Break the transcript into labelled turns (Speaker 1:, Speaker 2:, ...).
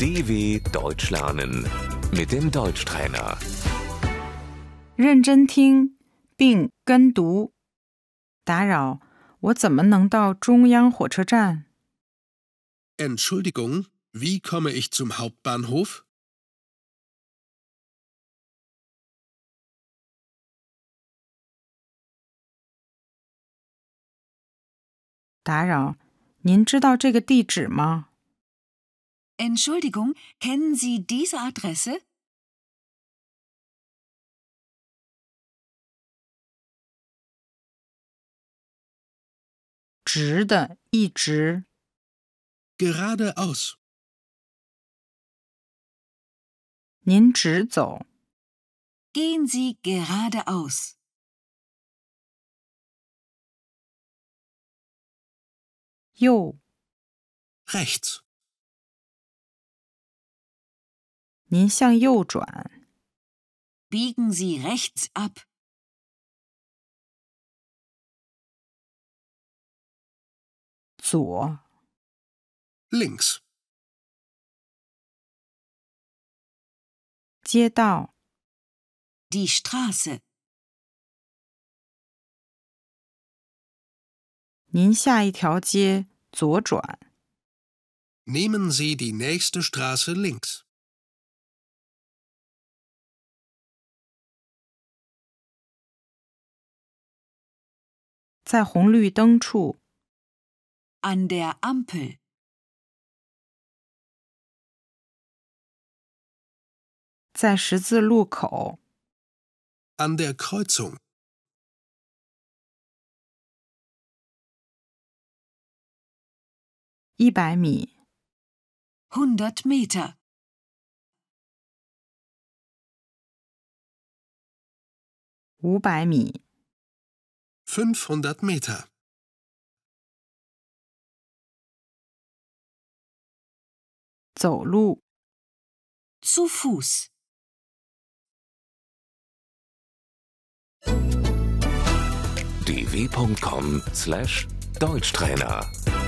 Speaker 1: DW Deutsch lernen mit dem Deutschtrainer.
Speaker 2: 认真听并跟读。打扰，我怎么能到中央火车站？
Speaker 3: Entschuldigung, wie komme ich zum Hauptbahnhof?
Speaker 2: 打扰，您知道这个地址吗？
Speaker 4: Entschuldigung, kennen Sie diese Adresse?
Speaker 2: 直的，一直。
Speaker 3: Geradeaus.
Speaker 2: 您直走，
Speaker 4: Gehen Sie geradeaus.
Speaker 2: 右。
Speaker 3: Rechts.
Speaker 2: 您向右转，
Speaker 4: Biegen Sie rechts ab.
Speaker 2: 左。
Speaker 3: Links.
Speaker 2: 街道，
Speaker 4: Die Straße.
Speaker 2: 您下一条街左转。
Speaker 3: Nehmen Sie die nächste Straße links.
Speaker 2: 在红绿灯处，
Speaker 4: An der Ampel.
Speaker 2: 在十字路口，
Speaker 3: An der Kreuzung.
Speaker 2: 一百米，
Speaker 4: 100 Meter.
Speaker 2: 五百米，
Speaker 3: 500 Meter.
Speaker 2: 走路。
Speaker 4: Zu Fuß.
Speaker 1: dw.com/deutschtrainer